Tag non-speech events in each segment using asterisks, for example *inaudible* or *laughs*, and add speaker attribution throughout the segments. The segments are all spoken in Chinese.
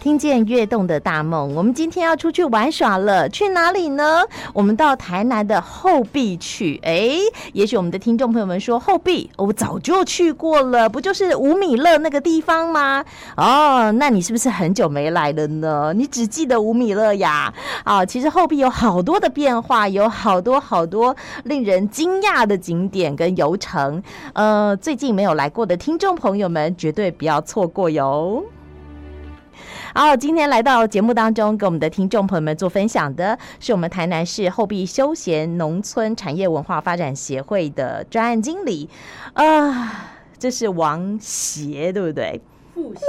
Speaker 1: 听见跃动的大梦。我们今天要出去玩耍了，去哪里呢？我们到台南的后壁去。哎，也许我们的听众朋友们说后壁，哦我早就去过了，不就是五米乐那个地方吗？哦，那你是不是很久没来了呢？你只记得五米乐呀？啊，其实后壁有好多的变化，有好多好多令人惊讶的景点跟游程。呃，最近没有来过的听众朋友们，绝对不要错过哟。好，今天来到节目当中，跟我们的听众朋友们做分享的是我们台南市后壁休闲农村产业文化发展协会的专案经理，啊、这是王协，对不对
Speaker 2: 复学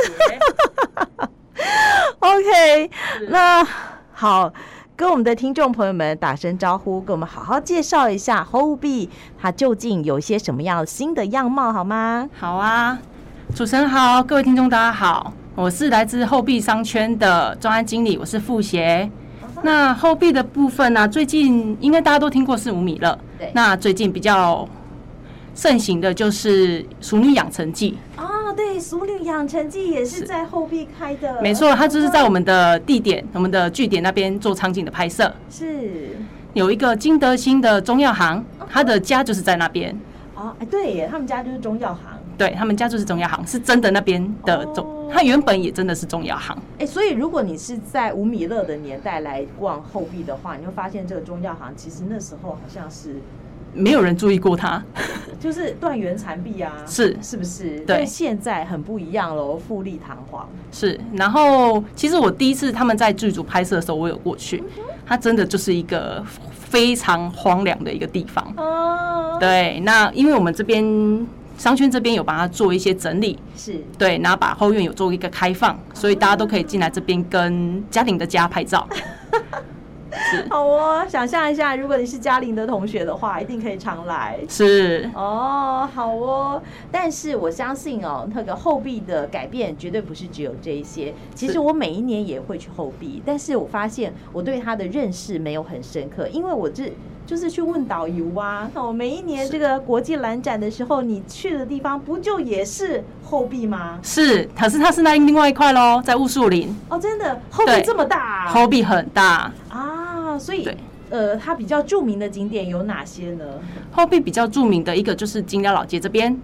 Speaker 1: ？OK，
Speaker 2: 是
Speaker 1: 那好，跟我们的听众朋友们打声招呼，跟我们好好介绍一下后壁它究竟有一些什么样新的样貌，好吗？
Speaker 2: *laughs* 好啊，主持人好，各位听众大家好，我是来自后壁商圈的专案经理，我是傅协。那后壁的部分呢、最近应该大家都听过是五米乐，
Speaker 1: 对
Speaker 2: 那最近比较盛行的就是《熟女养成记
Speaker 1: 啊，对，俗女养成记也
Speaker 2: 是
Speaker 1: 在后壁开的》，
Speaker 2: 没错，它就是在我们的地点、我们的据点那边做场景的拍摄。
Speaker 1: 是。
Speaker 2: 有一个金德兴的中药行，他的家就是在那边，
Speaker 1: 哦，哎，对耶，他们家就是中药行，
Speaker 2: 对他们家就是中药行，是真的那边的
Speaker 1: 哦
Speaker 2: 中，他原本也真的是中药行。
Speaker 1: 哎，所以如果你是在五米乐的年代来逛后壁的话，你会发现这个中药行其实那时候好像是
Speaker 2: 没有人注意过它，
Speaker 1: 就是断垣残壁啊，
Speaker 2: 是
Speaker 1: 是不是？但现在很不一样喽，富丽堂皇。
Speaker 2: 是。然后其实我第一次他们在剧组拍摄的时候，我有过去，它真的就是一个非常荒凉的一个地方。
Speaker 1: 哦，
Speaker 2: 对，那因为我们这边商圈这边有把它做一些整理，
Speaker 1: 是
Speaker 2: 对，然后把后院有做一个开放，所以大家都可以进来这边跟家庭的家拍照。
Speaker 1: 好哦。想象一下，如果你是嘉玲的同学的话，一定可以常来。
Speaker 2: 是，
Speaker 1: 哦，好哦，但是我相信哦，那个后壁的改变绝对不是只有这一些。其实
Speaker 2: 是
Speaker 1: 我每一年也会去后壁，但是我发现我对它的认识没有很深刻，因为我这就是去问导游啊。那我每一年
Speaker 2: 是
Speaker 1: 这个国际蓝展的时候，你去的地方不就也是后壁吗？
Speaker 2: 是，可是它是在另外一块喽，在雾树林，
Speaker 1: 哦，真的，后壁
Speaker 2: 对
Speaker 1: 这么大啊
Speaker 2: 后壁很大，
Speaker 1: 啊！所以
Speaker 2: 对
Speaker 1: 呃，它比较著名的景点有哪些呢？
Speaker 2: 后壁比较著名的一个就是金寮老街这边，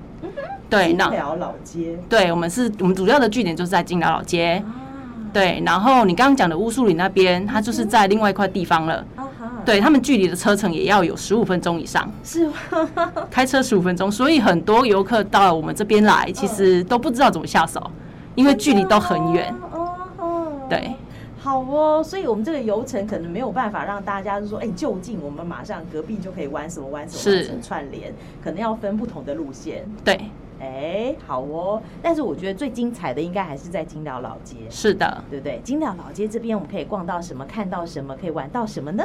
Speaker 2: 对，
Speaker 1: 金
Speaker 2: 那
Speaker 1: 寮老街
Speaker 2: 对，我们是我们主要的据点就是在金寮老街。
Speaker 1: 啊，
Speaker 2: 对，然后你刚刚讲的乌树林那边，它就是在另外一块地方了。
Speaker 1: 啊哈，，
Speaker 2: 对他们距离的车程也要有十五分钟以上，
Speaker 1: 是
Speaker 2: 开车十五分钟，所以很多游客到我们这边来，其实都不知道怎么下手，因为距离都很远。
Speaker 1: 哦。哦
Speaker 2: 对，
Speaker 1: 好哦，所以我们这个游程可能没有办法让大家就说，哎、就近我们马上隔壁就可以玩什么玩什么
Speaker 2: 是
Speaker 1: 玩什么串联，可能要分不同的路线。
Speaker 2: 对，
Speaker 1: 哎、好哦，但是我觉得最精彩的应该还是在金寮老街。
Speaker 2: 是的。
Speaker 1: 对不对？金寮老街这边我们可以逛到什么，看到什么，可以玩到什么呢？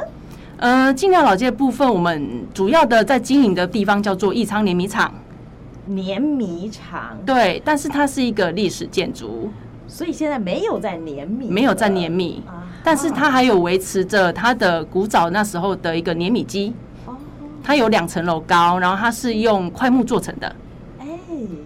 Speaker 2: 呃，金寮老街的部分，我们主要的在经营的地方叫做义昌碾米厂，
Speaker 1: 碾米厂，
Speaker 2: 对，但是它是一个历史建筑，
Speaker 1: 所以现在没有在碾米，
Speaker 2: 没有在碾，米，
Speaker 1: 啊哈
Speaker 2: 但是它还有维持着它的古早那时候的一个碾米机，
Speaker 1: 哦，
Speaker 2: 它有两层楼高，然后它是用块木做成的。
Speaker 1: 哎、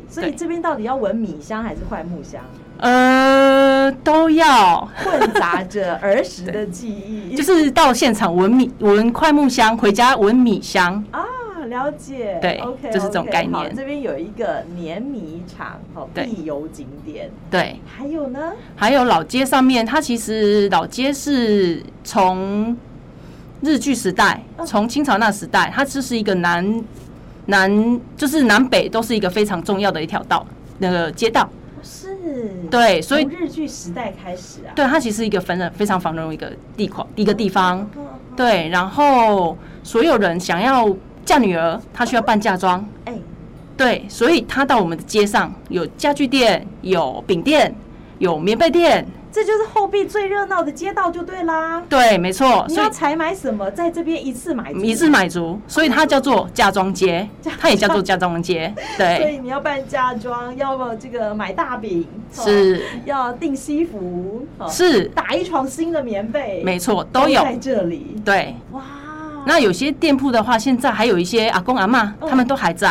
Speaker 1: 所以这边到底要闻米香还是快木香？
Speaker 2: 呃，都要，
Speaker 1: 混杂着儿时的记忆，
Speaker 2: 就是到现场闻米闻块木香，回家闻米香。
Speaker 1: 啊，了解，
Speaker 2: 对
Speaker 1: o k
Speaker 2: 就是这种概念
Speaker 1: 这边有一个碾米厂，哦，
Speaker 2: 对
Speaker 1: 必游景点，
Speaker 2: 对，
Speaker 1: 还有呢，
Speaker 2: 还有老街上面，它其实老街是从日据时代，从清朝那时代，它就是一个南南，就是南北都是一个非常重要的一条道那个街道。
Speaker 1: 是，，
Speaker 2: 对，所以
Speaker 1: 从日据时代开始啊，
Speaker 2: 对它其实是一个繁荣非常繁荣的一个地块一
Speaker 1: 一
Speaker 2: 个地方。，
Speaker 1: 嗯
Speaker 2: 对，然后所有人想要嫁女儿，她需要办嫁妆。
Speaker 1: 哎，
Speaker 2: 对，所以她到我们的街上有家具店、有饼店、有棉被店，
Speaker 1: 这就是后壁最热闹的街道就对啦。
Speaker 2: 对，没错，
Speaker 1: 你
Speaker 2: 哦所以
Speaker 1: 要采买什么，在这边一次买足
Speaker 2: 一次。买足，所以它叫做嫁妆街，它也叫做嫁妆街，
Speaker 1: 所
Speaker 2: 对，
Speaker 1: 以你要办嫁妆，要么这个买大饼，哦
Speaker 2: 是
Speaker 1: 要订西服，哦
Speaker 2: 是
Speaker 1: 打一床新的棉被，
Speaker 2: 没错，都有
Speaker 1: 在，这里。
Speaker 2: 对。
Speaker 1: 哇，
Speaker 2: 那有些店铺的话，现在还有一些阿公阿妈，
Speaker 1: 嗯
Speaker 2: 他们都还在。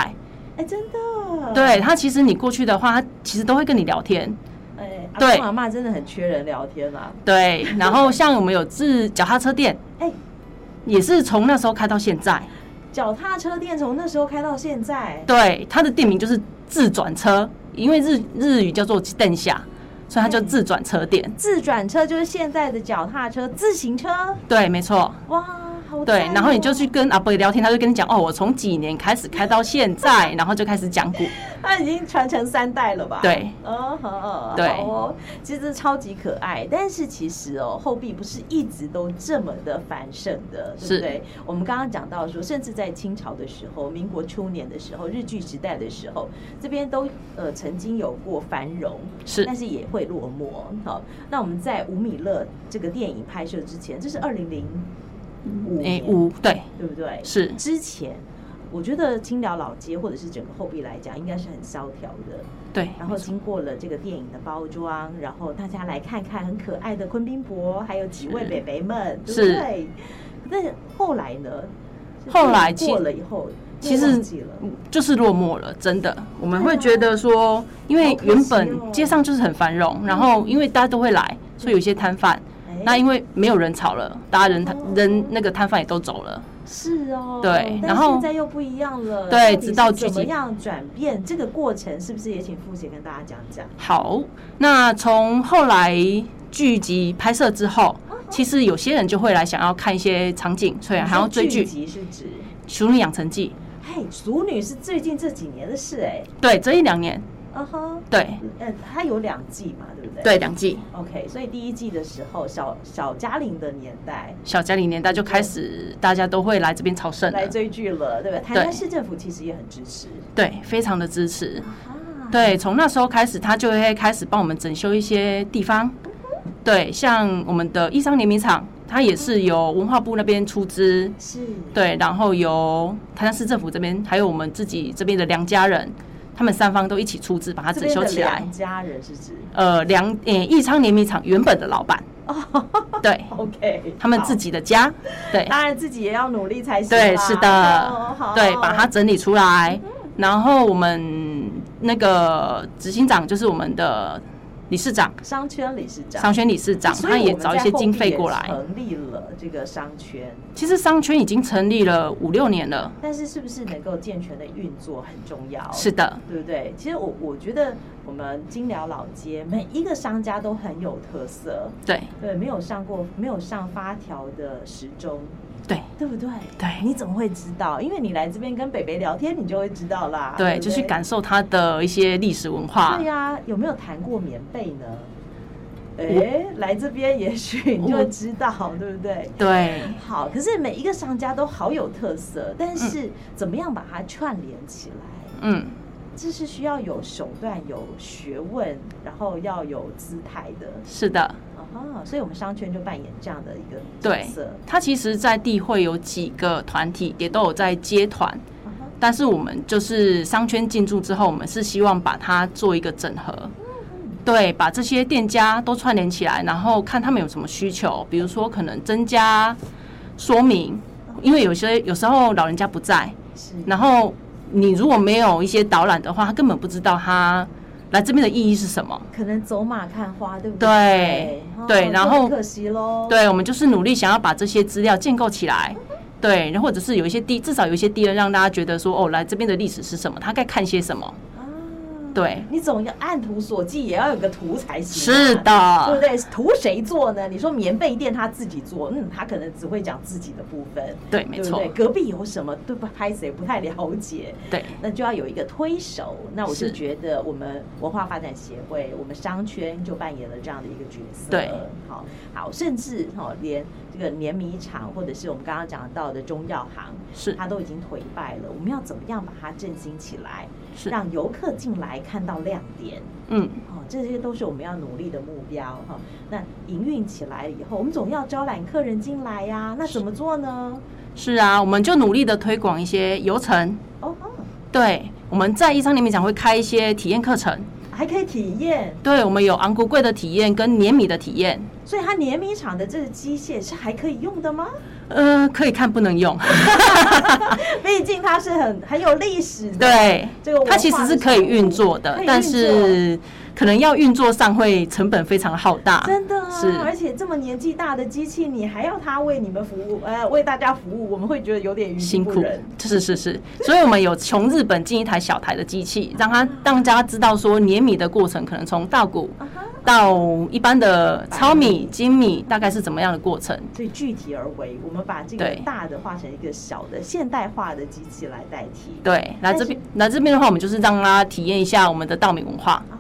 Speaker 1: 哎，真的，
Speaker 2: 对他，其实你过去的话，他其实都会跟你聊天。
Speaker 1: 哎，阿
Speaker 2: 对
Speaker 1: 公阿妈真的很缺人聊天啊啦。
Speaker 2: 对，然后像我们有自脚踏车店，
Speaker 1: 哎，
Speaker 2: 也是从那时候开到现在。
Speaker 1: 脚踏车店从那时候开到现在，
Speaker 2: 对，它的店名就是自转车，因为日日语叫做邓下，所以它叫自转车店。
Speaker 1: 自转车就是现在的脚踏车、自行车，
Speaker 2: 对，没错。
Speaker 1: 哇，好
Speaker 2: 对
Speaker 1: 赞，
Speaker 2: 然后你就
Speaker 1: 哦
Speaker 2: 去跟阿伯聊天，他就跟你讲哦，我从几年开始开到现在，然后就开始讲古。
Speaker 1: 它已经传承三代了吧？
Speaker 2: 对，
Speaker 1: 嗯哼，
Speaker 2: 对
Speaker 1: 好哦，其实超级可爱。但是其实哦，后壁不是一直都这么的繁盛的，对
Speaker 2: 是
Speaker 1: 不对？我们刚刚讲到说，甚至在清朝的时候、民国初年的时候、日据时代的时候，这边都呃曾经有过繁荣，
Speaker 2: 是
Speaker 1: 但是也会落寞。好，那我们在吴米勒这个电影拍摄之前，这是二零零五
Speaker 2: 诶
Speaker 1: 年，
Speaker 2: 哎五对
Speaker 1: 对不对？
Speaker 2: 是
Speaker 1: 之前，我觉得青辽老街或者是整个后壁来讲，应该是很萧条的。
Speaker 2: 对，
Speaker 1: 然后经过了这个电影的包装，然后大家来看看很可爱的昆宾博，还有几位
Speaker 2: 是
Speaker 1: 北北们，对不
Speaker 2: 是
Speaker 1: 对？但是后来呢？
Speaker 2: 后来
Speaker 1: 就是
Speaker 2: 其嗯
Speaker 1: 过了以后，
Speaker 2: 其
Speaker 1: 就忘
Speaker 2: 实
Speaker 1: 记了
Speaker 2: 就是落寞了，真的。我们会觉得说，因为原
Speaker 1: 好可惜哦
Speaker 2: 本街上就是很繁荣，然后因为大家都会来，所以有些摊贩，
Speaker 1: 哎
Speaker 2: 那因为没有人吵了，大家人摊
Speaker 1: 哦
Speaker 2: 人那个摊贩也都走了。
Speaker 1: 是哦，
Speaker 2: 对
Speaker 1: 但是
Speaker 2: 然后
Speaker 1: 现在又不一样了，
Speaker 2: 对
Speaker 1: 底
Speaker 2: 直到
Speaker 1: 是
Speaker 2: 聚
Speaker 1: 怎么
Speaker 2: 集
Speaker 1: 样转变，这个过程是不是也请傅姐跟大家讲讲？
Speaker 2: 好，那从后来剧集拍摄之后，
Speaker 1: 哦
Speaker 2: 其实有些人就会来想要看一些场景，所以还要追
Speaker 1: 你说
Speaker 2: 剧
Speaker 1: 剧集
Speaker 2: 《
Speaker 1: 是指，
Speaker 2: 熟女养成记
Speaker 1: 嘿，熟女是最近这几年的事哎，》。
Speaker 2: 对，这一两年，
Speaker 1: 嗯哼，
Speaker 2: 对
Speaker 1: 嗯，它有两季嘛，对不对？
Speaker 2: 对，两季。
Speaker 1: OK，所以第一季的时候，小小嘉玲的年代
Speaker 2: 小家里年代就开始，大家都会来这边朝圣
Speaker 1: 来
Speaker 2: 了，
Speaker 1: 追剧了，对不对？台湾市政府其实也很支持
Speaker 2: 对，非常的支持。
Speaker 1: 啊，
Speaker 2: 对，从那时候开始，他就会开始帮我们整修一些地方。对，像我们的义商联名厂，它也是由文化部那边出资，
Speaker 1: 是，
Speaker 2: 对，然后由台南市政府这边，还有我们自己这边的梁家人，他们三方都一起出资把它
Speaker 1: 这
Speaker 2: 整
Speaker 1: 边
Speaker 2: 修
Speaker 1: 的
Speaker 2: 起来
Speaker 1: 两。家人是指
Speaker 2: 呃，梁呃义昌联名厂原本的老板，
Speaker 1: 哦
Speaker 2: 对
Speaker 1: OK，
Speaker 2: 他们自
Speaker 1: 好。
Speaker 2: 己的家，对
Speaker 1: 当然自己也要努力才行啦。
Speaker 2: 对，是
Speaker 1: 哦嗯
Speaker 2: 的
Speaker 1: 好，
Speaker 2: 对，把它整理出来。然后我们那个执行长就是我们的理事长。
Speaker 1: 商圈理事长，
Speaker 2: 商圈理事长，
Speaker 1: 所以
Speaker 2: 他也
Speaker 1: 我们
Speaker 2: 找一
Speaker 1: 在
Speaker 2: 些
Speaker 1: 后
Speaker 2: 经
Speaker 1: 壁
Speaker 2: 费
Speaker 1: 也
Speaker 2: 过来。
Speaker 1: 成立了这个商圈。
Speaker 2: 其实商圈已经成立了五六年了，
Speaker 1: 但是是不是能够健全的运作很重要？
Speaker 2: 是的，
Speaker 1: 对不对？其实我我觉得我们金辽老街每一个商家都很有特色，
Speaker 2: 对
Speaker 1: 对，没有上过没有上发条的时钟，
Speaker 2: 对
Speaker 1: 对不对？
Speaker 2: 对
Speaker 1: 你怎么会知道？因为你来这边跟北北聊天，你就会知道啦。对
Speaker 2: 对，
Speaker 1: 不对，
Speaker 2: 就去感受它的一些历史文化
Speaker 1: 对。呀、有没有谈过棉被呢？哎，来这边也许你就会知道，对不对？
Speaker 2: 对，
Speaker 1: 好，可是每一个商家都好有特色，但是怎么样把它串联起来？
Speaker 2: 嗯，
Speaker 1: 这是需要有手段、有学问，然后要有姿态的
Speaker 2: 是的，
Speaker 1: 啊。所以我们商圈就扮演这样的一个角
Speaker 2: 对
Speaker 1: 色。
Speaker 2: 它其实，在地会有几个团体也都有在接团，
Speaker 1: 啊哈
Speaker 2: 但是我们就是商圈进驻之后，我们是希望把它做一个整合。对，把这些店家都串联起来，然后看他们有什么需求，比如说可能增加说明，因为有些有时候老人家不在，
Speaker 1: 是
Speaker 2: 然后你如果没有一些导览的话，他根本不知道他来这边的意义是什么。
Speaker 1: 可能走马看花，对不对
Speaker 2: 对
Speaker 1: 哦
Speaker 2: 对然后
Speaker 1: 就很可惜喽。
Speaker 2: 对，我们就是努力想要把这些资料建构起来，对，然后或者是有一些第，至少有一些第二，让大家觉得说，哦，来这边的历史是什么，他该看些什么。
Speaker 1: 啊，
Speaker 2: 对，
Speaker 1: 你总要按图索骥，也要有个图才行、啊
Speaker 2: 是。
Speaker 1: 对不
Speaker 2: 的，
Speaker 1: 对？图谁做呢？你说棉被店他自己做，嗯，他可能只会讲自己的部分，
Speaker 2: 对，没错
Speaker 1: 对不，对？隔壁有什么，对不？拍谁不太了解，
Speaker 2: 对，
Speaker 1: 那就要有一个推手。那我就是觉得我们文化发展协会，我们商圈就扮演了这样的一个角色。
Speaker 2: 对，
Speaker 1: 好，好，甚至哈、哦，连这个碾米厂或者是我们刚刚讲到的中药行，
Speaker 2: 是
Speaker 1: 它都已经颓败了。我们要怎么样把它振兴起来，
Speaker 2: 是，
Speaker 1: 让游客进来看到亮点？
Speaker 2: 嗯，
Speaker 1: 哦，这些都是我们要努力的目标哈。那营运起来以后，我们总要招揽客人进来呀、那怎么做呢？
Speaker 2: 是啊，我们就努力的推广一些游程。
Speaker 1: 哦哦，
Speaker 2: 对，我们在一商联名奖会开一些体验课程。
Speaker 1: 还可以体验，
Speaker 2: 对，我们有昂古贵的体验跟碾米的体验。
Speaker 1: 所以它碾米厂的这个机械是还可以用的吗？ *laughs*
Speaker 2: 呃，可以看不能用。
Speaker 1: 毕竟它是很很有历史的，
Speaker 2: 对，
Speaker 1: 这个文化
Speaker 2: 它其实是可以运作的
Speaker 1: 可以，运
Speaker 2: 但
Speaker 1: 作
Speaker 2: 是可能要运作上会成本非常浩大。
Speaker 1: 真的啊，
Speaker 2: 是
Speaker 1: 而且这么年纪大的机器，你还要它为你们服务，呃，为大家服务，我们会觉得有点于
Speaker 2: 辛
Speaker 1: 心不
Speaker 2: 苦
Speaker 1: 忍。，
Speaker 2: 是是是，所以我们有从日本进一台小台的机器，让它让大家知道说碾米的过程，可能从稻谷
Speaker 1: 啊哈，
Speaker 2: 到一般的糙米、精米，大概是怎么样的过程？
Speaker 1: 所以具体而为，我们把这个
Speaker 2: 对
Speaker 1: 大的化成一个小的现代化的机器来代替。
Speaker 2: 对，来
Speaker 1: 但
Speaker 2: 这
Speaker 1: 是
Speaker 2: 边来这边的话，我们就是让他体验一下我们的稻米文化。
Speaker 1: 啊，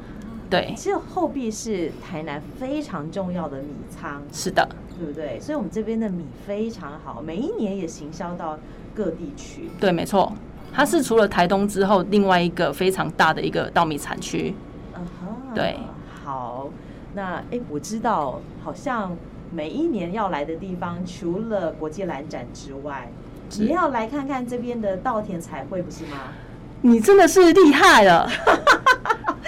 Speaker 2: 对，
Speaker 1: 其实后壁是台南非常重要的米仓，
Speaker 2: 是的，
Speaker 1: 对不对？所以我们这边的米非常好，每一年也行销到各地区。
Speaker 2: 对，没错，它是除了台东之后，另外一个非常大的一个稻米产区。
Speaker 1: 嗯哼，
Speaker 2: 对，
Speaker 1: 好，那哎，诶我知道，好像每一年要来的地方，除了国际兰展之外，
Speaker 2: 是
Speaker 1: 也要来看看这边的稻田彩绘，不是吗？
Speaker 2: 你真的是厉害了， *laughs*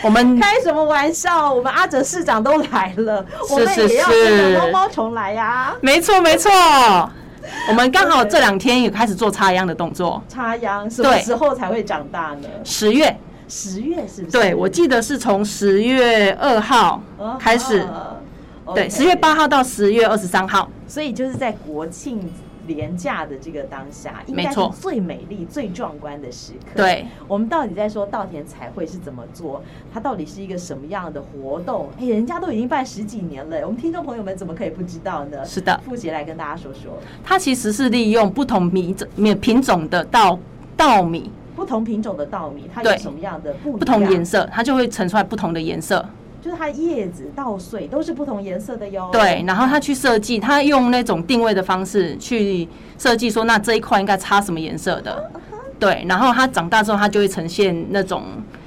Speaker 2: 我们
Speaker 1: 开什么玩笑？我们阿哲市长都来了，
Speaker 2: 是
Speaker 1: 我们
Speaker 2: 是
Speaker 1: 也要跟
Speaker 2: 是
Speaker 1: 着毛毛虫来呀、
Speaker 2: 没错没错，我们刚好这两天也开始做插秧的动作。
Speaker 1: 插秧什么
Speaker 2: 对
Speaker 1: 时候才会长大呢？
Speaker 2: 十月，
Speaker 1: 十月是不是？
Speaker 2: 对我记得是从十月二号开始，
Speaker 1: 啊
Speaker 2: 对，
Speaker 1: OK
Speaker 2: 十月八号到十月二十三号，
Speaker 1: 所以就是在国庆连假的这个当下，应该
Speaker 2: 没
Speaker 1: 是
Speaker 2: 错
Speaker 1: 最美丽、最壮观的时刻。
Speaker 2: 对，
Speaker 1: 我们到底在说稻田彩绘是怎么做？它到底是一个什么样的活动？哎，人家都已经办十几年了，我们听众朋友们怎么可以不知道呢？
Speaker 2: 是的
Speaker 1: 傅杰来跟大家说说，
Speaker 2: 它其实是利用不同米种、米品种的稻稻米，
Speaker 1: 不同品种的稻米，它有
Speaker 2: 对
Speaker 1: 什么样的不
Speaker 2: 不同颜
Speaker 1: 色，
Speaker 2: 色，它就会呈出来不同的颜色。
Speaker 1: 就是它叶子、稻穗都是不同颜色的哟。
Speaker 2: 对，，然后它去设计，它用那种定位的方式去设计，说那这一块应该插什么颜色的。
Speaker 1: 嗯
Speaker 2: 对，然后它长大之后，它就会呈现那种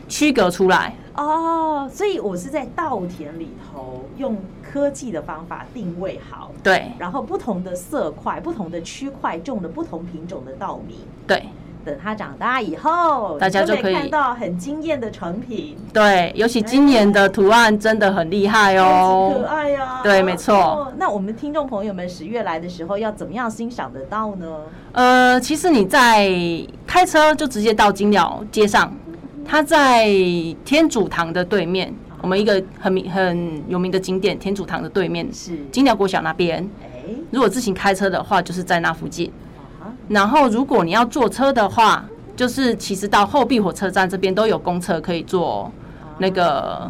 Speaker 2: 区隔出来。
Speaker 1: 哦，所以我是在稻田里头用科技的方法定位好。
Speaker 2: 对
Speaker 1: 然后不同的色块、不同的区块种了不同品种的稻米。
Speaker 2: 对
Speaker 1: 等它长大以后，
Speaker 2: 大家
Speaker 1: 你就
Speaker 2: 就可以
Speaker 1: 看到很惊艳的成品，
Speaker 2: 对，尤其今年的图案真的很厉害
Speaker 1: 超级可
Speaker 2: 哦。
Speaker 1: 爱呀、啊！
Speaker 2: 对没错
Speaker 1: 哦那我们听众朋友们十月来的时候，要怎么样欣赏得到呢？
Speaker 2: 呃，其实你在开车就直接到金鸟街上，它在天主堂的对面，我们一个很名很有名的景点天主堂的对面，
Speaker 1: 是，
Speaker 2: 金鸟国小那边。
Speaker 1: 哎，
Speaker 2: 如果自行开车的话，就是在那附近。
Speaker 1: 啊
Speaker 2: 然后如果你要坐车的话，就是其实到后壁火车站这边都有公车可以坐，
Speaker 1: 哈
Speaker 2: 那个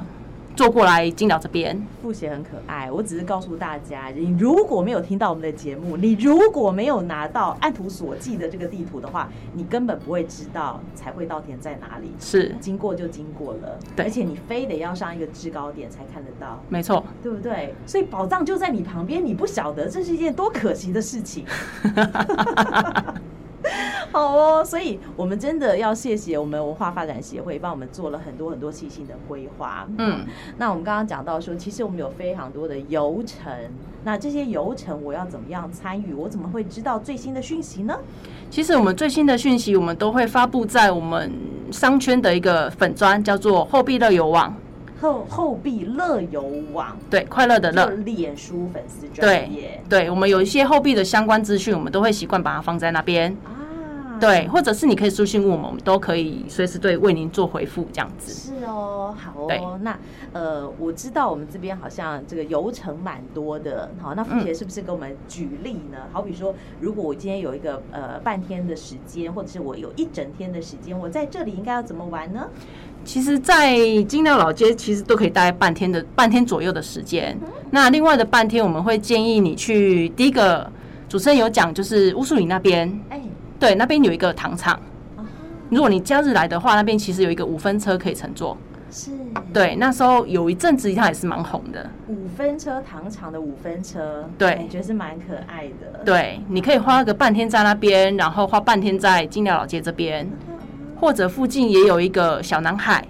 Speaker 2: 坐过来金岛这边。
Speaker 1: 复写很可爱，我只是告诉大家，你如果没有听到我们的节目，你如果没有拿到按图索骥的这个地图的话，你根本不会知道彩绘稻田在哪里。
Speaker 2: 是，
Speaker 1: 经过就经过了，
Speaker 2: 对
Speaker 1: 而且你非得要上一个制高点才看得到，
Speaker 2: 没错，
Speaker 1: 对不对？所以宝藏就在你旁边，你不晓得，这是一件多可惜的事情。 *laughs* 好哦，所以我们真的要谢谢我们文化发展协会帮我们做了很多很多细心的规划。
Speaker 2: 嗯，
Speaker 1: 那我们刚刚讲到说，其实我们有非常多的游程，那这些游程我要怎么样参与？我怎么会知道最新的讯息呢？
Speaker 2: 其实我们最新的讯息，我们都会发布在我们商圈的一个粉砖，叫做后壁乐游网，
Speaker 1: 后后壁乐游网，
Speaker 2: 对，快乐的
Speaker 1: 就
Speaker 2: 乐。
Speaker 1: 脸书粉丝专业
Speaker 2: 对。对，我们有一些后壁的相关资讯，我们都会习惯把它放在那边。
Speaker 1: 啊，
Speaker 2: 对，，或者是你可以私信问我们，我们都可以随时对为您做回复这样子。
Speaker 1: 是哦，好
Speaker 2: 对
Speaker 1: 哦。那呃，我知道我们这边好像这个游程蛮多的，好，那傅
Speaker 2: 嗯
Speaker 1: 杰是不是给我们举例呢？好比说，如果我今天有一个呃半天的时间，或者是我有一整天的时间，我在这里应该要怎么玩呢？
Speaker 2: 其实，在金料老街其实都可以待半天的半天左右的时间。那另外的半天，我们会建议你去第一个主持人有讲，就是乌苏里那边，
Speaker 1: 哎，
Speaker 2: 对，那边有一个糖厂。
Speaker 1: 啊，
Speaker 2: 如果你假日来的话，那边其实有一个五分车可以乘坐。
Speaker 1: 是
Speaker 2: 对，那时候有一阵子它也是蛮红的。
Speaker 1: 五分车糖厂的五分车，
Speaker 2: 对
Speaker 1: 感觉是蛮可爱的。
Speaker 2: 对，你可以花个半天在那边，然后花半天在金料老街这边，
Speaker 1: 啊，
Speaker 2: 或者附近也有一个小南海，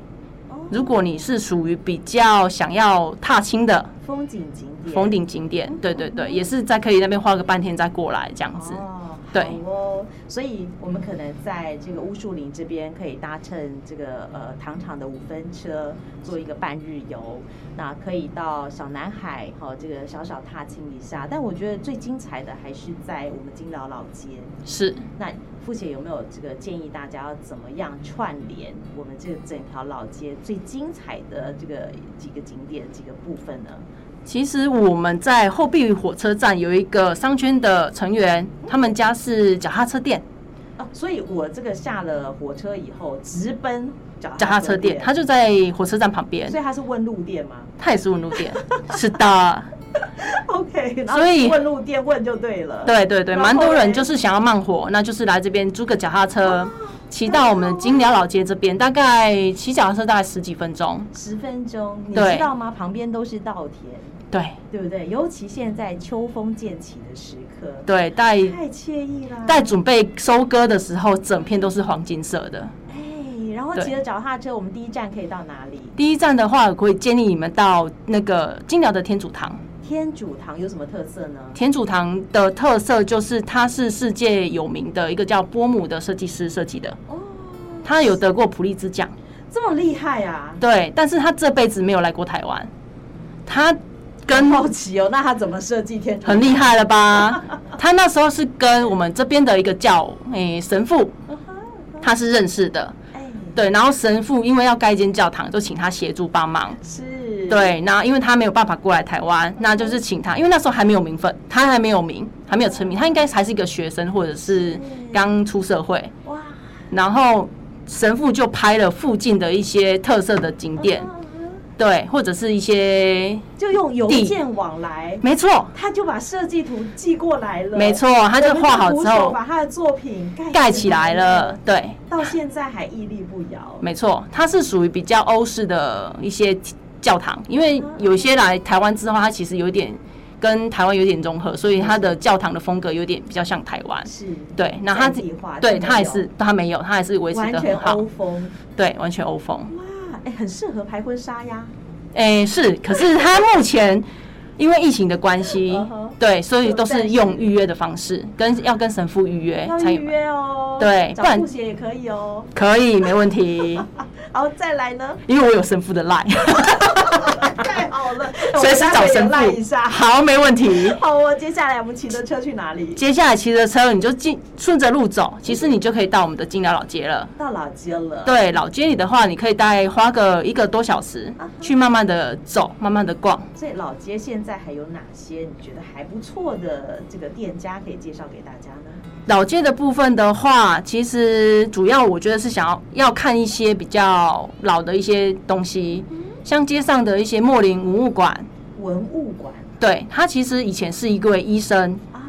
Speaker 1: 哦，
Speaker 2: 如果你是属于比较想要踏青的
Speaker 1: 风景景点，
Speaker 2: 峰顶景点，对对对，也是在可以那边花个半天再过来这样子。
Speaker 1: 哦，
Speaker 2: 对
Speaker 1: 好哦，所以我们可能在这个乌树林这边可以搭乘这个呃糖厂的五分车做一个半日游，那可以到小南海哈、这个小小踏青一下。但我觉得最精彩的还是在我们金劳老街。
Speaker 2: 是，
Speaker 1: 那傅姐有没有这个建议大家要怎么样串联我们这个整条老街最精彩的这个几个景点几个部分呢？
Speaker 2: 其实我们在后壁火车站有一个商圈的成员，他们家是脚踏车店，
Speaker 1: 哦，所以我这个下了火车以后直奔脚
Speaker 2: 脚踏车店，他就在火车站旁边
Speaker 1: 所，以他是问路店吗 *laughs*
Speaker 2: 他也是文路店。 *laughs* 是的，
Speaker 1: ？OK，然后
Speaker 2: 所以
Speaker 1: 问路店问就对了。，
Speaker 2: 对对对，
Speaker 1: 然后
Speaker 2: 蛮多人
Speaker 1: 嘞哦
Speaker 2: 就是想要慢火，那就是来这边租个脚踏车，骑到我们金寮老街这边，大概骑脚踏车大概十几分钟。
Speaker 1: 十分钟，你
Speaker 2: 对
Speaker 1: 知道吗？旁边都是稻田，
Speaker 2: 对
Speaker 1: 对不对？尤其现在秋风渐起的时刻，
Speaker 2: 对，带
Speaker 1: 太惬意啦。
Speaker 2: 在准备收割的时候，整片都是黄金色的。
Speaker 1: 哎，然后
Speaker 2: 对
Speaker 1: 骑着脚踏车，我们第一站可以到哪里？
Speaker 2: 第一站的话，我会建议你们到那个金寮的天主堂。
Speaker 1: 天主堂有什么特色呢？
Speaker 2: 天主堂的特色就是它是世界有名的一个叫波姆的设计师设计的，
Speaker 1: 哦，
Speaker 2: 他有得过普利兹奖，
Speaker 1: 这么厉害啊！
Speaker 2: 对，但是他这辈子没有来过台湾，他跟
Speaker 1: 好奇哦，那他怎么设计天主啊堂？
Speaker 2: 很厉害了吧？他那时候是跟我们这边的一个教诶、神父，他是认识的，
Speaker 1: 啊哎，
Speaker 2: 对，然后神父因为要盖一间教堂，就请他协助帮忙。
Speaker 1: 是，，
Speaker 2: 对，那因为他没有办法过来台湾，那就是请他，因为那时候还没有名分，他还没有名，还没有成名，他应该还是一个学生或者是刚出社会。
Speaker 1: 哇，
Speaker 2: 然后神父就拍了附近的一些特色的景点，对，或者是一些，
Speaker 1: 啊就用邮
Speaker 2: 地
Speaker 1: 件往来，
Speaker 2: 没错，
Speaker 1: 他就把设计图寄过来了，
Speaker 2: 没错，他就画好之
Speaker 1: 我们的徒手
Speaker 2: 后
Speaker 1: 把他的作品盖
Speaker 2: 盖起来了，，对，
Speaker 1: 到现在还屹立不摇。
Speaker 2: 没错，它是属于比较欧式的一些教堂，因为有些来台湾之后，它其实有点跟台湾有点融合，所以它的教堂的风格有点比较像台湾。
Speaker 1: 是，
Speaker 2: 对，那它
Speaker 1: 自己画，
Speaker 2: 对
Speaker 1: 真的
Speaker 2: 它也
Speaker 1: 有
Speaker 2: 是它没有，它还是维持
Speaker 1: 完
Speaker 2: 的
Speaker 1: 全
Speaker 2: 很好
Speaker 1: 欧，风，
Speaker 2: 对，完全欧风。
Speaker 1: 哇，哎、很适合拍婚纱呀。
Speaker 2: 诶，是，可是它目前因为疫情的关
Speaker 1: *laughs*
Speaker 2: 系
Speaker 1: 嗯哼，
Speaker 2: 对，所以都
Speaker 1: 有暂
Speaker 2: 是
Speaker 1: 时
Speaker 2: 用预约的方式，跟要跟神父预约
Speaker 1: 要
Speaker 2: 才
Speaker 1: 预
Speaker 2: 有，
Speaker 1: 约哦，
Speaker 2: 对
Speaker 1: 找
Speaker 2: 不然
Speaker 1: 布鞋也可以哦。
Speaker 2: 可以没问题，
Speaker 1: 然后再来
Speaker 2: *laughs*
Speaker 1: 呢，
Speaker 2: 因为我有神父的 line，
Speaker 1: *laughs* 太好了，
Speaker 2: *laughs* 随时找神
Speaker 1: 赖
Speaker 2: 父
Speaker 1: 一下。
Speaker 2: 好，没问题。
Speaker 1: 好哦，接下来我们骑着车去哪里？
Speaker 2: 接下来骑着车，你就进顺着路走，其实你就可以到我们的金寮老街了。
Speaker 1: 到老街了。，
Speaker 2: 对，老街里的话，你可以大概花个一个多小时去慢慢的走，慢慢的逛。
Speaker 1: 所以老街现在还有哪些你觉得还不错的这个店家可以介绍给大家呢？
Speaker 2: 老街的部分的话，其实主要我觉得是想要要看一些比较老的一些东西，
Speaker 1: 嗯
Speaker 2: 像街上的一些莫林文物馆，
Speaker 1: 文物馆
Speaker 2: 对，它其实以前是一位医生，
Speaker 1: 啊，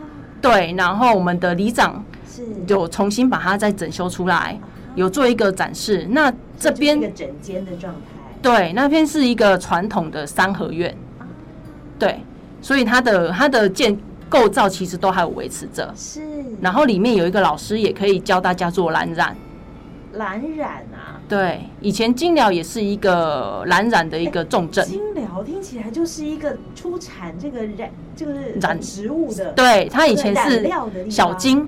Speaker 2: 对，然后我们的里长
Speaker 1: 是啊
Speaker 2: 有重新把它再整修出来，有做一个展示。那这边
Speaker 1: 哦就是一个整间的状态，
Speaker 2: 对，那边是一个传统的三合院，对，所以它的它的建构造其实都还有维持着。
Speaker 1: 是
Speaker 2: 然后里面有一个老师也可以教大家做蓝染，
Speaker 1: 蓝染啊，
Speaker 2: 对，以前金寮也是一个蓝染的一个重镇，
Speaker 1: 金疗听起来就是一个出产这个染这个
Speaker 2: 染
Speaker 1: 植物的，
Speaker 2: 对，它以前
Speaker 1: 染
Speaker 2: 是
Speaker 1: 料的地方
Speaker 2: 小，金，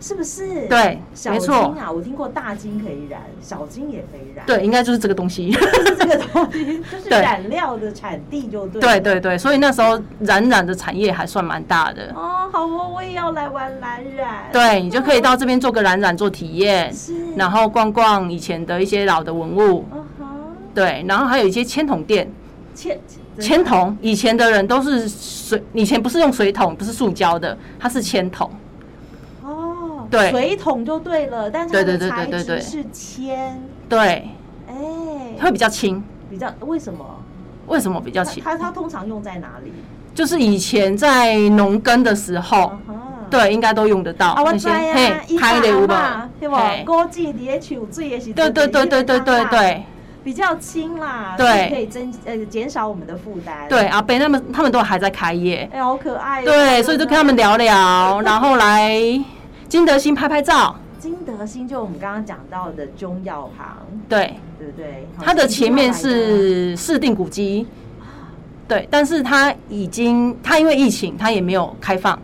Speaker 1: 是不是？
Speaker 2: 对
Speaker 1: 小
Speaker 2: 没
Speaker 1: 金
Speaker 2: 错
Speaker 1: 啊，我听过大金可以染，小金也可以染，，
Speaker 2: 对，应该就是这个东西， *laughs*
Speaker 1: 就是这个东西，就是
Speaker 2: 对
Speaker 1: 染料的产地就对，
Speaker 2: 对。对对，所以那时候染染的产业还算蛮大的，
Speaker 1: 哦，好哦，我也要来玩蓝染，，
Speaker 2: 对你就可以到这边做个蓝染做体验，
Speaker 1: 是，
Speaker 2: 然后逛逛以前的一些老的文物，
Speaker 1: 嗯哼，
Speaker 2: 对，然后还有一些铅筒店，
Speaker 1: 千
Speaker 2: 铅筒，以前的人都是水，以前不是用水桶，不是塑胶的，它是铅筒。
Speaker 1: 哦，
Speaker 2: 对
Speaker 1: 水桶就对了，但是它
Speaker 2: 对
Speaker 1: 的
Speaker 2: 对对
Speaker 1: 材
Speaker 2: 对对
Speaker 1: 质
Speaker 2: 对
Speaker 1: 是铅，
Speaker 2: 对，
Speaker 1: 哎、
Speaker 2: 会比较轻。
Speaker 1: 比较为什么？
Speaker 2: 为什么比较
Speaker 1: 它
Speaker 2: 轻？
Speaker 1: 它它通常用在哪里？
Speaker 2: 就是以前在农耕的时候，
Speaker 1: 啊哈
Speaker 2: 哦对，应该都用得到
Speaker 1: 嗯啊，我
Speaker 2: 那
Speaker 1: 知
Speaker 2: 些
Speaker 1: 啊，伊
Speaker 2: 拍的有没
Speaker 1: 嘛，啊对
Speaker 2: 有？
Speaker 1: 吧？
Speaker 2: 嘿
Speaker 1: 枸杞伫咧树水的时候，
Speaker 2: 对对对对对对对
Speaker 1: 比较轻啦，
Speaker 2: 对
Speaker 1: 所以可以增呃减少我们的负担。
Speaker 2: 对，，阿贝他们他们都还在开业，
Speaker 1: 哎，好可爱哦。 *laughs*
Speaker 2: 对，所以就跟他们聊聊，然后来金德兴拍拍照，
Speaker 1: 金德兴就我们刚刚讲到的中药行，
Speaker 2: 对，
Speaker 1: 对不对？好
Speaker 2: 它的前面
Speaker 1: 金哦华来的
Speaker 2: 是市定古迹，对，但是它已经它因为疫情它也没有开放，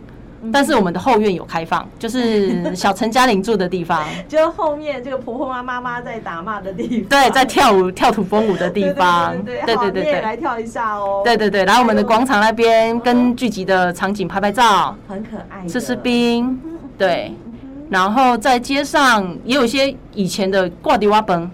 Speaker 1: 嗯
Speaker 2: 但是我们的后院有开放，
Speaker 1: *laughs*
Speaker 2: 就是小陈嘉玲住的地方，
Speaker 1: 就后面这个婆婆妈妈妈在打骂的地方，
Speaker 2: 对，在跳舞跳土风舞的地方，
Speaker 1: 对对
Speaker 2: 对
Speaker 1: 对对
Speaker 2: 对对
Speaker 1: 好你也来
Speaker 2: 对。
Speaker 1: 跳一下哦，
Speaker 2: 对，对对，来我们的广场那边跟聚集的场景拍拍照，
Speaker 1: 很可爱的，
Speaker 2: 吃吃冰，
Speaker 1: 嗯，
Speaker 2: 对，
Speaker 1: 嗯
Speaker 2: 然后在街上也有一些以前的挂迪瓦本，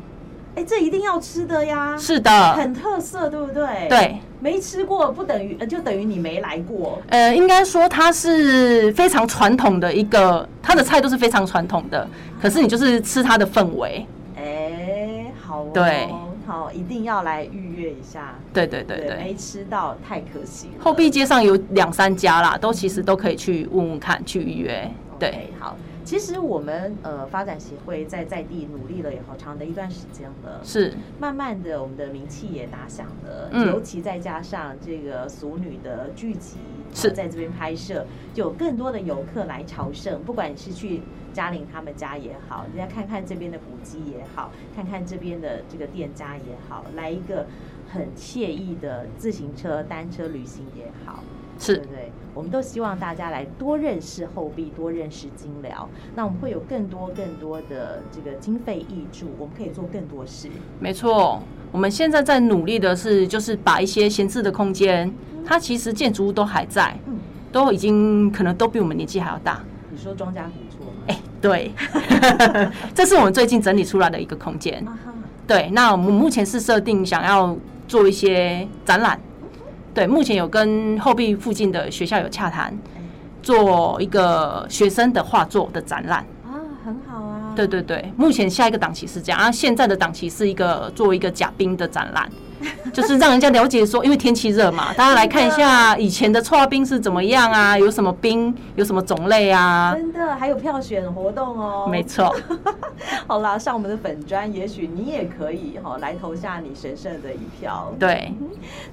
Speaker 1: 哎，这一定要吃的呀，
Speaker 2: 是的，
Speaker 1: 很特色，对不对？，
Speaker 2: 对，
Speaker 1: 没吃过不等于呃就等于你没来过，
Speaker 2: 呃，应该说它是非常传统的一个，它的菜都是非常传统的，可是你就是吃它的氛围，
Speaker 1: 哎，好哦，
Speaker 2: 对，
Speaker 1: 好，一定要来预约一下，
Speaker 2: 对对对
Speaker 1: 没
Speaker 2: 对。
Speaker 1: 吃到太可惜了，
Speaker 2: 后壁街上有两三家啦，都其实都可以去问问看，去预约。对
Speaker 1: OK，好。其实我们呃发展协会在在地努力了也好长的一段时间了，
Speaker 2: 是，
Speaker 1: 慢慢的我们的名气也打响了，
Speaker 2: 嗯
Speaker 1: 尤其再加上这个俗女的剧集
Speaker 2: 是
Speaker 1: 在这边拍摄，就有更多的游客来朝圣，不管你是去嘉玲他们家也好，人家看看这边的古迹也好，看看这边的这个店家也好，来一个很惬意的自行车、单车旅行也好。
Speaker 2: 是
Speaker 1: 对不对？我们都希望大家来多认识后壁，多认识金疗。那我们会有更多更多的这个经费益助，我们可以做更多事。
Speaker 2: 没错，我们现在在努力的是，就是把一些闲置的空间，它其实建筑物都还在，
Speaker 1: 嗯，
Speaker 2: 都已经可能都比我们年纪还要大。
Speaker 1: 你说庄家古厝吗？
Speaker 2: 哎、对， *laughs* 这是我们最近整理出来的一个空间。
Speaker 1: 啊哈，
Speaker 2: 对，那我们目前是设定想要做一些展览，对，目前有跟后壁附近的学校有洽谈，做一个学生的画作的展览。
Speaker 1: 啊，很好啊。
Speaker 2: 对对对，目前下一个档期是这样，啊，现在的档期是一个做一个假冰的展览，就是让人家了解说，因为天气热嘛，大家来看一下以前的搓冰是怎么样啊，有什么冰，有什么种类啊，
Speaker 1: 真的还有票选活动哦，
Speaker 2: 没。错，
Speaker 1: 好啦，上我们的粉砖，也许你也可以哈、来投下你神圣的一票。
Speaker 2: 对，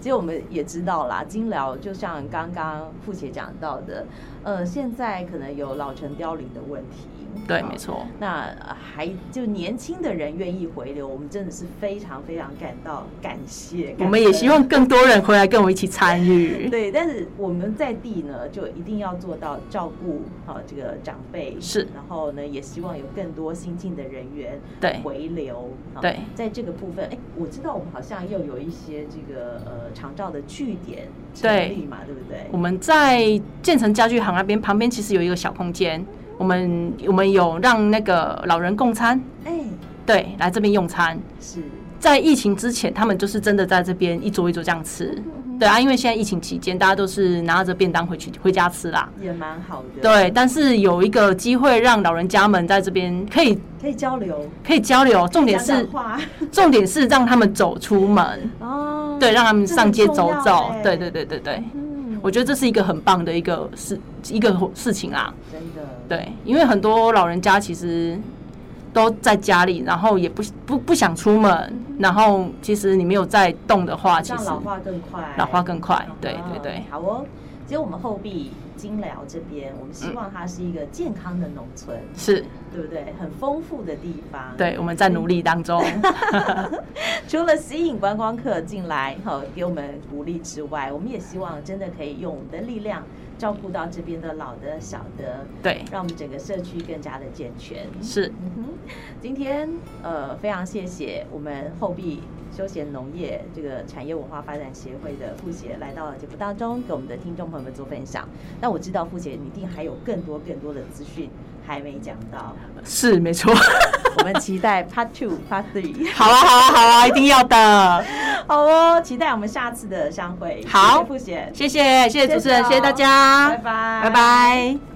Speaker 1: 其实我们也知道啦，金疗就像刚刚傅姐讲到的，呃，现在可能有老城凋零的问题。
Speaker 2: 对，
Speaker 1: 好
Speaker 2: 没。错，
Speaker 1: 那呃还就年轻的人愿意回流，我们真的是非常非常感到感谢。
Speaker 2: 我们也
Speaker 1: 感
Speaker 2: 希
Speaker 1: 恩
Speaker 2: 望更多人回来跟我一起参 *laughs* 与，
Speaker 1: 对，但是我们在地呢，就一定要做到照顾好、这个长辈，
Speaker 2: 是
Speaker 1: 然后呢，也希望有更多新进的人员
Speaker 2: 对
Speaker 1: 回流。好
Speaker 2: 对
Speaker 1: 在这个部分，哎，我知道我们好像又有一些这个呃长照的据点成
Speaker 2: 对
Speaker 1: 立嘛，对不对
Speaker 2: 我？们在建成家具行那边旁边其实有一个小空间，我们我们有让那个老人共餐，
Speaker 1: 哎，
Speaker 2: 对，来这边用餐。
Speaker 1: 是
Speaker 2: 在疫情之前，他们就是真的在这边一桌一桌这样吃
Speaker 1: 嗯哼，
Speaker 2: 对啊，因为现在疫情期间，大家都是拿着便当回去回家吃啦。
Speaker 1: 也蛮好的，，
Speaker 2: 对，但是有一个机会让老人家们在这边可以
Speaker 1: 可以交流，
Speaker 2: 可以交流，重点
Speaker 1: 讲
Speaker 2: 是
Speaker 1: 讲话 *laughs*
Speaker 2: 重点是让他们走出门，
Speaker 1: 哦，
Speaker 2: 对，让他们
Speaker 1: 这
Speaker 2: 上
Speaker 1: 很
Speaker 2: 街
Speaker 1: 重
Speaker 2: 走
Speaker 1: 要
Speaker 2: 走
Speaker 1: 哎，
Speaker 2: 对对对对对，
Speaker 1: 嗯，
Speaker 2: 我觉得这是一个很棒的一个事一个事情啦。
Speaker 1: 真的，
Speaker 2: 对，因为很多老人家其实都在家里，然后也不不不想出门，然后其实你没有在动的话，其
Speaker 1: 让
Speaker 2: 实
Speaker 1: 老化更快，
Speaker 2: 老化更快。对
Speaker 1: 啊
Speaker 2: 对对，
Speaker 1: 好哦。其实我们后壁金寮这边，我们希望它是一个健康的农村，
Speaker 2: 是，
Speaker 1: 对不对？很丰富的地方。，
Speaker 2: 对，我们在努力
Speaker 1: *laughs*
Speaker 2: 当中。
Speaker 1: 除了吸引观光客进来，哈，给我们鼓励之外，我们也希望真的可以用我们的力量照顾到这边的老的、小的，
Speaker 2: 对，
Speaker 1: 让我们整个社区更加的健全。
Speaker 2: 是，
Speaker 1: 嗯哼，今天呃，非常谢谢我们后壁休闲农业这个产业文化发展协会的傅姐来到节目当中，给我们的听众朋友们做分享。那我知道傅姐你一定还有更多更多的资讯还没讲到，
Speaker 2: 是没错。
Speaker 1: 我们期待 Part Two、Part *laughs* Three。
Speaker 2: 好啊，好啊，好啊，一定要的。
Speaker 1: 好哦，期待我们下次的相会。
Speaker 2: 好
Speaker 1: 谢谢傅姐，
Speaker 2: 谢谢，谢谢主持人，谢谢大家，
Speaker 1: 拜拜，
Speaker 2: 拜拜